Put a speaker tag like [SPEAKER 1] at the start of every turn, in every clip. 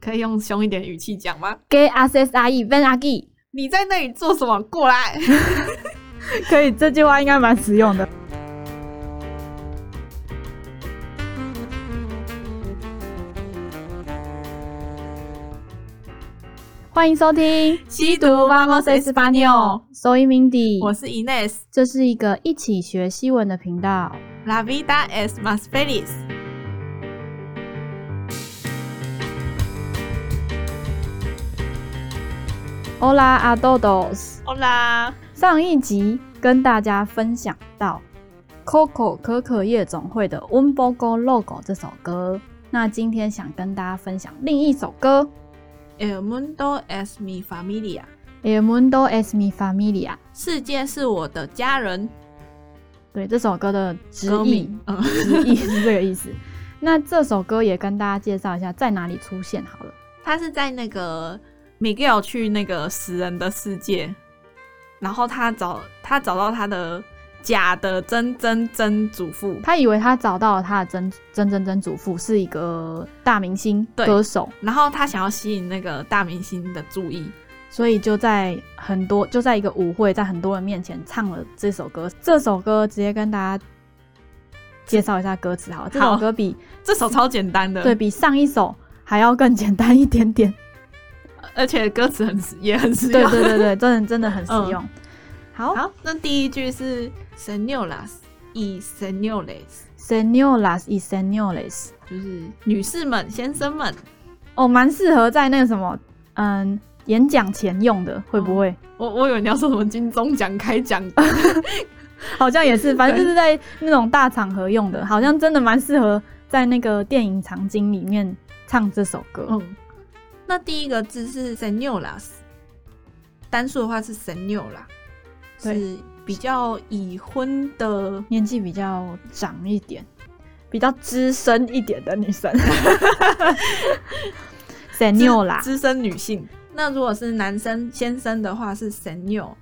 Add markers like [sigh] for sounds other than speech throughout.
[SPEAKER 1] 可以用凶一点语气讲吗？
[SPEAKER 2] 给 S S R E Van a g i
[SPEAKER 1] 你在那里做什么？过来！
[SPEAKER 3] 可以，这句话应该蛮实用的。
[SPEAKER 2] 欢迎收听
[SPEAKER 1] 吸毒 vamos español，
[SPEAKER 2] Soy Mindy，
[SPEAKER 1] 我是 Ines。
[SPEAKER 2] 这是一个一起学西文的频道。
[SPEAKER 1] La vida es más feliz。
[SPEAKER 2] Hola a todos。
[SPEAKER 1] Hola，
[SPEAKER 2] 上一集跟大家分享到 Coco 可可夜总会的《Un poco loco》这首歌，那今天想跟大家分享另一首歌
[SPEAKER 1] el mundo es mi familia。
[SPEAKER 2] 《El Mundo Es Mi Familia》。
[SPEAKER 1] 世界是我的家人。
[SPEAKER 2] 对，这首歌的直
[SPEAKER 1] 歌
[SPEAKER 2] 译
[SPEAKER 1] 名，嗯，
[SPEAKER 2] 直译是这个意思。那这首歌也跟大家介绍一下在哪里出现好了。
[SPEAKER 1] 他是在那个 Miguel 去那个死人的世界，然后他找他找到他的假的曾曾曾祖父，
[SPEAKER 2] 他以为他找到了他的曾曾曾曾祖父是一个大明星
[SPEAKER 1] 对
[SPEAKER 2] 歌手，
[SPEAKER 1] 然后他想要吸引那个大明星的注意。
[SPEAKER 2] 所以就在很多就在一个舞会，在很多人面前唱了这首歌。这首歌直接跟大家介绍一下歌词好了，这首
[SPEAKER 1] 好
[SPEAKER 2] 歌比
[SPEAKER 1] 这首超简单的，
[SPEAKER 2] 对，比上一首还要更简单一点点。
[SPEAKER 1] 而且歌词很实也很实
[SPEAKER 2] [laughs] 对
[SPEAKER 1] 用。
[SPEAKER 2] 对对对，真的真的很实
[SPEAKER 1] 嗯
[SPEAKER 2] 用。好
[SPEAKER 1] 好，那第一句是 senoras y senores，
[SPEAKER 2] ，Senoras y Senores，
[SPEAKER 1] 就是女士们、先生们。
[SPEAKER 2] 哦，蛮适合在那个什么，嗯，演讲前用的，会不会？
[SPEAKER 1] 我我以为你要说什么金钟奖开奖，
[SPEAKER 2] 好像也是，反正就是在那种大场合用的，好像真的蛮适合在那个电影场景里面唱这首歌。
[SPEAKER 1] 嗯，那第一个字是 senoras，单数的话是 senora，
[SPEAKER 2] 对
[SPEAKER 1] 是比较已婚的，
[SPEAKER 2] 年纪比较长一点，比较资深一点的
[SPEAKER 1] [laughs]
[SPEAKER 2] 女生。Senor 啦，
[SPEAKER 1] 资深女性。那如果是男生先生的话是 senor，
[SPEAKER 2] 哦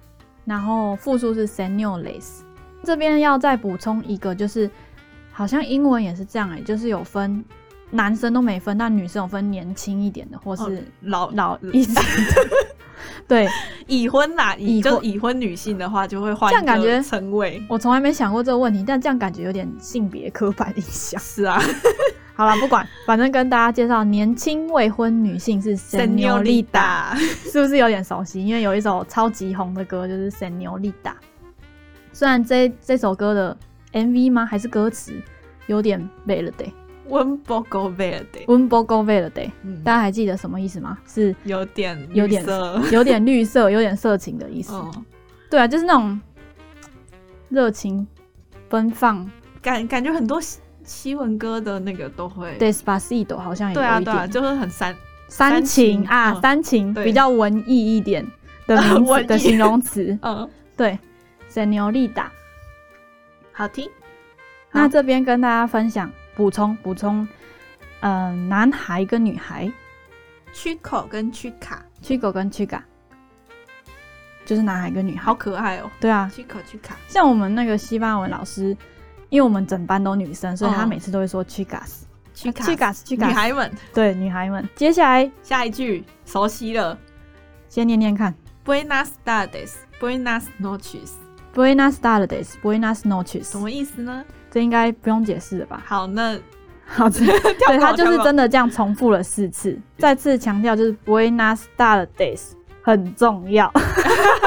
[SPEAKER 2] 然后复数是 senores。这边要再补充一个，就是好像英文也是这样哎、就是有分男生都没分，但女生有分年轻一点的或
[SPEAKER 1] 哦
[SPEAKER 2] 是
[SPEAKER 1] 老
[SPEAKER 2] 老一
[SPEAKER 1] [laughs]
[SPEAKER 2] 点的。对
[SPEAKER 1] 已婚啦，已
[SPEAKER 2] 已
[SPEAKER 1] 就
[SPEAKER 2] 婚
[SPEAKER 1] 已婚女性的话就会换
[SPEAKER 2] 这样感
[SPEAKER 1] 一
[SPEAKER 2] 觉
[SPEAKER 1] 个称谓。
[SPEAKER 2] 我从来没想过这个问题，但这样感觉有点性别刻板印象。
[SPEAKER 1] 是 [laughs] 啊，
[SPEAKER 2] 好了，不管，反正跟大家介绍，年轻未婚女性是 senorita，是不是有点熟悉？因为有一首超级红的歌就是 senorita，虽然这这首歌的 MV 吗还是歌词有点背了 day，
[SPEAKER 1] 温波狗贝尔的，
[SPEAKER 2] 温波勾背了 day，
[SPEAKER 1] 嗯
[SPEAKER 2] 大家还记得什么意思吗？是
[SPEAKER 1] 有点
[SPEAKER 2] 有点
[SPEAKER 1] 绿色，
[SPEAKER 2] 有点绿色，有点色情的意思。
[SPEAKER 1] 嗯，
[SPEAKER 2] 对啊，就是那种热情奔放
[SPEAKER 1] 感感觉很多西西文歌的那个都会，
[SPEAKER 2] ，despacito 好像也有
[SPEAKER 1] 对啊
[SPEAKER 2] 一点。
[SPEAKER 1] 对啊，就是很煽
[SPEAKER 2] 煽情
[SPEAKER 1] 情
[SPEAKER 2] 啊，
[SPEAKER 1] 嗯
[SPEAKER 2] 煽情
[SPEAKER 1] 对
[SPEAKER 2] 比较文艺一点的名词
[SPEAKER 1] [laughs] 文艺，
[SPEAKER 2] 的形容词
[SPEAKER 1] 嗯
[SPEAKER 2] 对，senorita。
[SPEAKER 1] 好听，
[SPEAKER 2] 那这边跟大家分享补充补充，呃，男孩跟女孩
[SPEAKER 1] 曲口跟曲卡
[SPEAKER 2] ，chico 跟 chica，就是男孩跟女
[SPEAKER 1] 好
[SPEAKER 2] 孩。
[SPEAKER 1] 可爱哦，
[SPEAKER 2] 对啊，
[SPEAKER 1] 曲口曲卡，
[SPEAKER 2] 像我们那个西班牙文老师，因为我们整班都女生，所以他
[SPEAKER 1] 嗯
[SPEAKER 2] 每次都会说 chicas。
[SPEAKER 1] 曲卡
[SPEAKER 2] chicas
[SPEAKER 1] 女
[SPEAKER 2] chicas，
[SPEAKER 1] 孩们，
[SPEAKER 2] 对女孩们。接下来
[SPEAKER 1] 下一句熟悉了
[SPEAKER 2] 先念念看
[SPEAKER 1] ，Buenas tardes，Buenas noches，
[SPEAKER 2] ，buenas tardes，buenas
[SPEAKER 1] 什
[SPEAKER 2] noches，
[SPEAKER 1] 么意思呢？
[SPEAKER 2] 这应该不用解释了吧？
[SPEAKER 1] 好，那 [laughs]
[SPEAKER 2] 好吃，对他就是真的这样重复了四次，再次强调就是 Buenas tardes 很重要， [laughs]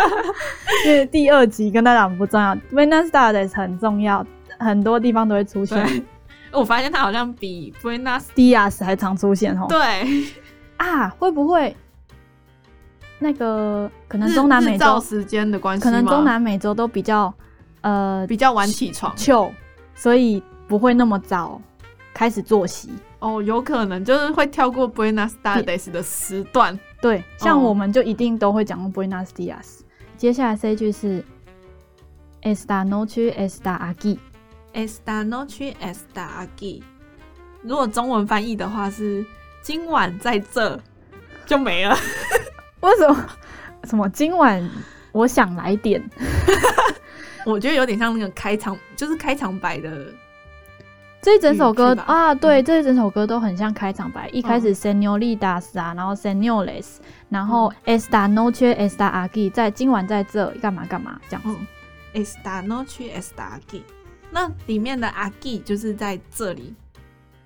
[SPEAKER 2] 因为第二集跟大家讲不重要，Buenas tardes 很重要，很多地方都会出现
[SPEAKER 1] 对，哦我发现他好像比 Buenas
[SPEAKER 2] ，Dias 还常出现哦。
[SPEAKER 1] 对
[SPEAKER 2] 啊，会不会那个可能
[SPEAKER 1] 日
[SPEAKER 2] 中南
[SPEAKER 1] 日
[SPEAKER 2] 美
[SPEAKER 1] 照
[SPEAKER 2] 洲，
[SPEAKER 1] 时间的关系
[SPEAKER 2] 可
[SPEAKER 1] 吗，
[SPEAKER 2] 能中南美洲都比较呃
[SPEAKER 1] 比较晚起床
[SPEAKER 2] chill，所以不会那么早开始作息。
[SPEAKER 1] 哦，有可能就是会跳过 Buenas tardes 的时段。
[SPEAKER 2] 对，像
[SPEAKER 1] 哦
[SPEAKER 2] 我们就一定都会讲过 Buenos dias。接下来这一句是 Esta noche está aquí，
[SPEAKER 1] Esta noche está aquí。如果中文翻译的话是“今晚在这”，就没了。
[SPEAKER 2] 为什么？什么？今晚我想来点，
[SPEAKER 1] 我觉得有点像那个开场，就是开场白的
[SPEAKER 2] 这一整首歌
[SPEAKER 1] 嗯去吧
[SPEAKER 2] 啊，对，这一整首歌都很像开场白。一开始
[SPEAKER 1] 嗯
[SPEAKER 2] Senoritas 啊，然后 Senores，然后
[SPEAKER 1] 嗯
[SPEAKER 2] Esta noche esta aquí，在今晚在这干嘛干嘛这样子。
[SPEAKER 1] 嗯，esta noche esta aquí。那里面的 aquí 就是在这里。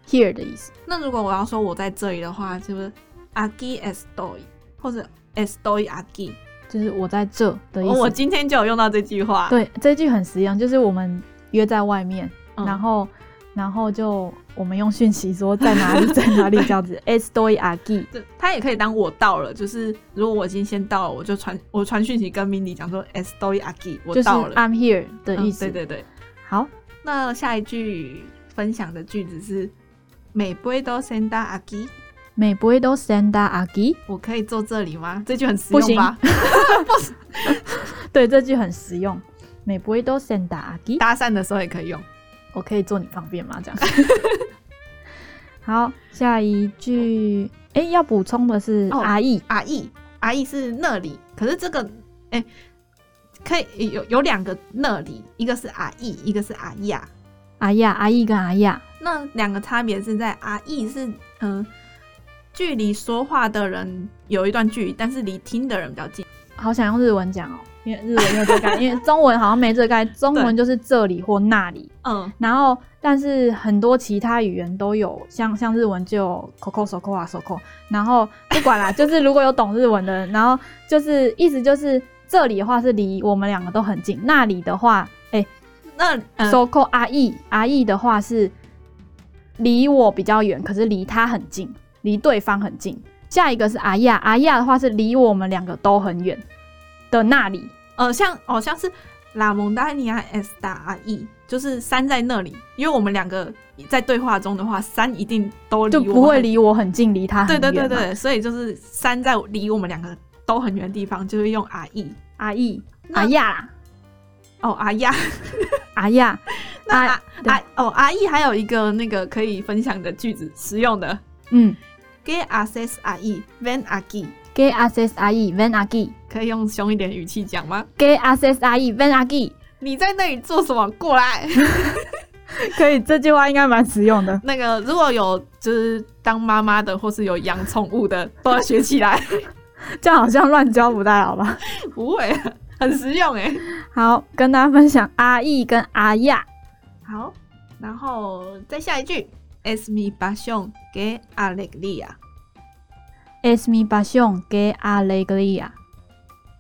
[SPEAKER 2] Here 的意思，
[SPEAKER 1] 那如果我要说我在这里的话，就是 aquí estoy，或者 estoy aquí。
[SPEAKER 2] 就是我在这的意
[SPEAKER 1] 哦，我
[SPEAKER 2] 思。
[SPEAKER 1] 今天就有用到这句话。，
[SPEAKER 2] 对，这句很实用，就是我们约在外面，
[SPEAKER 1] 嗯
[SPEAKER 2] 然后然后就我们用讯息说在
[SPEAKER 1] [laughs]
[SPEAKER 2] 哪里在哪里这样子。Estoy aquí。
[SPEAKER 1] 这它也可以当我到了，就是如果我已经先到了，我就传我传讯息跟 Mindy 讲说 estoy aquí，我
[SPEAKER 2] 就是
[SPEAKER 1] 到了。
[SPEAKER 2] I'm here 的意思。
[SPEAKER 1] 嗯对对对。
[SPEAKER 2] 好，
[SPEAKER 1] 那下一句分享的句子是 me puedo sentar aquí，
[SPEAKER 2] 每不会都 senda aquí。
[SPEAKER 1] 我可以坐这里吗？这句很实
[SPEAKER 2] 不行
[SPEAKER 1] 用吧？
[SPEAKER 2] 对，这句很实用。每不会都 senda aquí。
[SPEAKER 1] [laughs] 搭讪的时候也可以用。
[SPEAKER 2] 我可以坐你旁边吗？
[SPEAKER 1] [laughs]
[SPEAKER 2] 这样。好，下一句，哎、要补充的是
[SPEAKER 1] 哦
[SPEAKER 2] 阿义、
[SPEAKER 1] 阿义，阿义是那里，可是这个哎、可以有有两个那里，一个是阿义，一个是阿亚。
[SPEAKER 2] 阿亚、阿义跟阿亚，
[SPEAKER 1] 那两个差别是在阿义是嗯、距离说话的人有一段距离，但是离听的人比较近。
[SPEAKER 2] 好想用日文讲哦、因为日文没有这个概念，因为中文好像没这
[SPEAKER 1] [laughs]
[SPEAKER 2] 个概念，中文就是这里或那里。
[SPEAKER 1] 嗯，
[SPEAKER 2] 然后，但是很多其他语言都有，像像日文就有 coco s o c o 啊 s o c o 然后不管啦，就是如果有懂日文的人，然后就是意思就是这里的话是离我们两个都很近，那里的话，哎、
[SPEAKER 1] 那嗯、
[SPEAKER 2] so called 阿义，阿义的话是离我比较远，可是离他很近，离对方很近。下一个是阿亚，阿亚的话是离我们两个都很远的那里。
[SPEAKER 1] 呃，像哦像是拉蒙达尼亚啊 S 打阿义，就是山在那里，因为我们两个在对话中的话，山一定都离
[SPEAKER 2] 就
[SPEAKER 1] 我
[SPEAKER 2] 不会
[SPEAKER 1] 很
[SPEAKER 2] 离我很近，离他很
[SPEAKER 1] 对
[SPEAKER 2] 远嘛。
[SPEAKER 1] 对对对，所以就是山在离我们两个都很远的地方，就是用阿义
[SPEAKER 2] 阿义、
[SPEAKER 1] 那
[SPEAKER 2] 阿亚啦、
[SPEAKER 1] 哦阿亚，
[SPEAKER 2] 阿亚、
[SPEAKER 1] [laughs] 那
[SPEAKER 2] 阿
[SPEAKER 1] 阿阿哦阿义还有一个那个可以分享的句子，实用的
[SPEAKER 2] 嗯
[SPEAKER 1] get access E, 阿义 van 阿义，
[SPEAKER 2] ，gay access 阿义 van 阿义
[SPEAKER 1] 可以用凶一点语气讲吗？
[SPEAKER 2] ，gay access 阿义 van 阿义，
[SPEAKER 1] 你在那里做什么？过来！
[SPEAKER 3] [laughs]
[SPEAKER 1] [laughs]
[SPEAKER 3] 可以，这句话应该蛮实用的。
[SPEAKER 1] 那个如果有就是当妈妈的或是有养宠物的，都要学起来。
[SPEAKER 3] 这样好像乱教不太好吧？
[SPEAKER 1] [laughs] 不会啊，很实用哎。
[SPEAKER 2] [laughs] 好，跟大家分享阿义跟阿亚。
[SPEAKER 1] 好，然后再下一句，es mi pasión que alegría。
[SPEAKER 2] Es mi pasión que alegría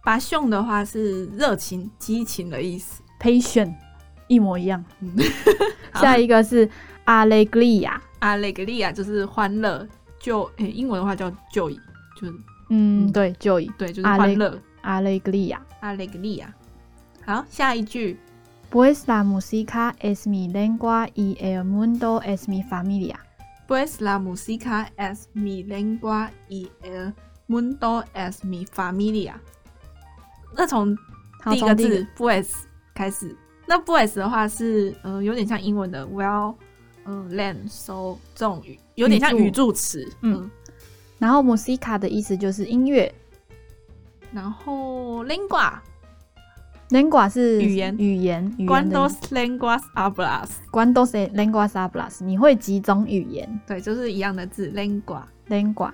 [SPEAKER 1] 把凶的话是热情、激情的意思。
[SPEAKER 2] patient 一模一样。 [laughs]
[SPEAKER 1] 嗯
[SPEAKER 2] 下一个是 alegría，
[SPEAKER 1] 阿雷格利亚就是欢乐，就诶、英文的话叫 joy，就是
[SPEAKER 2] 嗯，
[SPEAKER 1] 嗯
[SPEAKER 2] 对，joy
[SPEAKER 1] 对，就是欢乐。
[SPEAKER 2] alegría。
[SPEAKER 1] 阿雷格利亚。好，下一句
[SPEAKER 2] Pues la música es mi lengua y el mundo es mi familia。
[SPEAKER 1] ，Pues la música es mi lengua y el mundo es mi familia。那从
[SPEAKER 2] 好，
[SPEAKER 1] 第一个
[SPEAKER 2] 从第一
[SPEAKER 1] 字 pues 开始，那 pues 的话是呃有点像英文的 well，嗯、land so 这种语有点像
[SPEAKER 2] 语
[SPEAKER 1] 语助词，
[SPEAKER 2] 嗯然后 música 的意思就是音乐
[SPEAKER 1] 然后 lingua
[SPEAKER 2] ，lengua 是
[SPEAKER 1] 语言
[SPEAKER 2] 语言，语言的意
[SPEAKER 1] Cuando
[SPEAKER 2] 思
[SPEAKER 1] lenguas hablas，
[SPEAKER 2] cuando se lengua hablas，你会几种语言
[SPEAKER 1] 对，就是一样的字。lengua
[SPEAKER 2] lengua。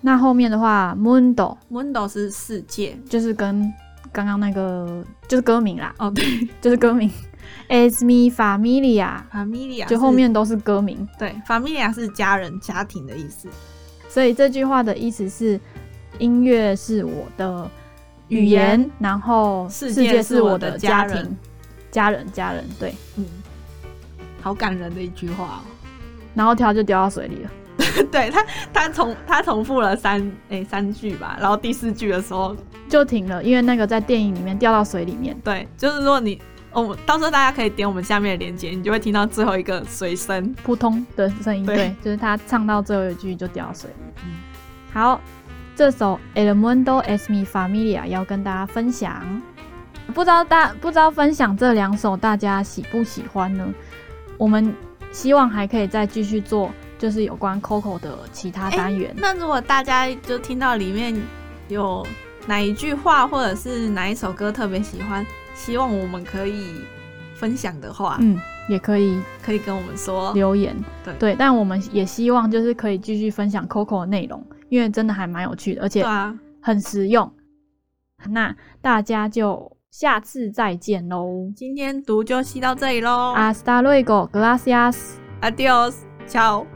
[SPEAKER 2] 那后面的话，mundo
[SPEAKER 1] mundo 是世界，
[SPEAKER 2] 就是跟刚刚那个就是歌名啦，
[SPEAKER 1] 哦对
[SPEAKER 2] 就是歌名 [laughs] ，es mi familia，
[SPEAKER 1] [laughs] ，familia
[SPEAKER 2] 就是后面都是歌名，
[SPEAKER 1] 对，familia 是家人、家庭的意思。
[SPEAKER 2] 所以这句话的意思是音乐是我的语
[SPEAKER 1] 语言
[SPEAKER 2] 言，然后
[SPEAKER 1] 世
[SPEAKER 2] 世
[SPEAKER 1] 界
[SPEAKER 2] 界
[SPEAKER 1] 是
[SPEAKER 2] 是
[SPEAKER 1] 我
[SPEAKER 2] 我
[SPEAKER 1] 的
[SPEAKER 2] 的
[SPEAKER 1] 家
[SPEAKER 2] 家庭
[SPEAKER 1] 人，
[SPEAKER 2] 家人，家人，对，
[SPEAKER 1] 嗯，好感人的一句话哦。
[SPEAKER 2] 然后跳就丢到水里了。
[SPEAKER 1] [laughs] 对他，他重他重复了三诶、三句吧，然后第四句的时候，
[SPEAKER 2] 就停了，因为那个在电影里面掉到水里面，
[SPEAKER 1] 对，就是如果你。我们到时候大家可以点我们下面的链接，你就会听到最后一个随身。
[SPEAKER 2] 扑通的声音，
[SPEAKER 1] 对
[SPEAKER 2] 对，就是他唱到最后一句就掉到水里。
[SPEAKER 1] 嗯
[SPEAKER 2] 好，这首《El Mundo Es Mi Familia》要跟大家分享，不知道大不知道分享这两首大家喜不喜欢呢？我们希望还可以再继续做，就是有关 Coco 的其他单元。
[SPEAKER 1] 哎那如果大家就听到里面有哪一句话或者是哪一首歌特别喜欢，希望我们可以分享的话，
[SPEAKER 2] 嗯，也可以
[SPEAKER 1] 可以跟我们说。
[SPEAKER 2] 留言，
[SPEAKER 1] 哦对
[SPEAKER 2] 但我们也希望就是可以继续分享 Coco 的内容，因为真的还蛮有趣的，而
[SPEAKER 1] 对
[SPEAKER 2] 且
[SPEAKER 1] 啊，
[SPEAKER 2] 很实用。那大家就下次再见喽
[SPEAKER 1] 今天读就吸到这里喽。哦啊
[SPEAKER 2] ，Hasta luego，gracias。
[SPEAKER 1] 嗯 Adios，ciao。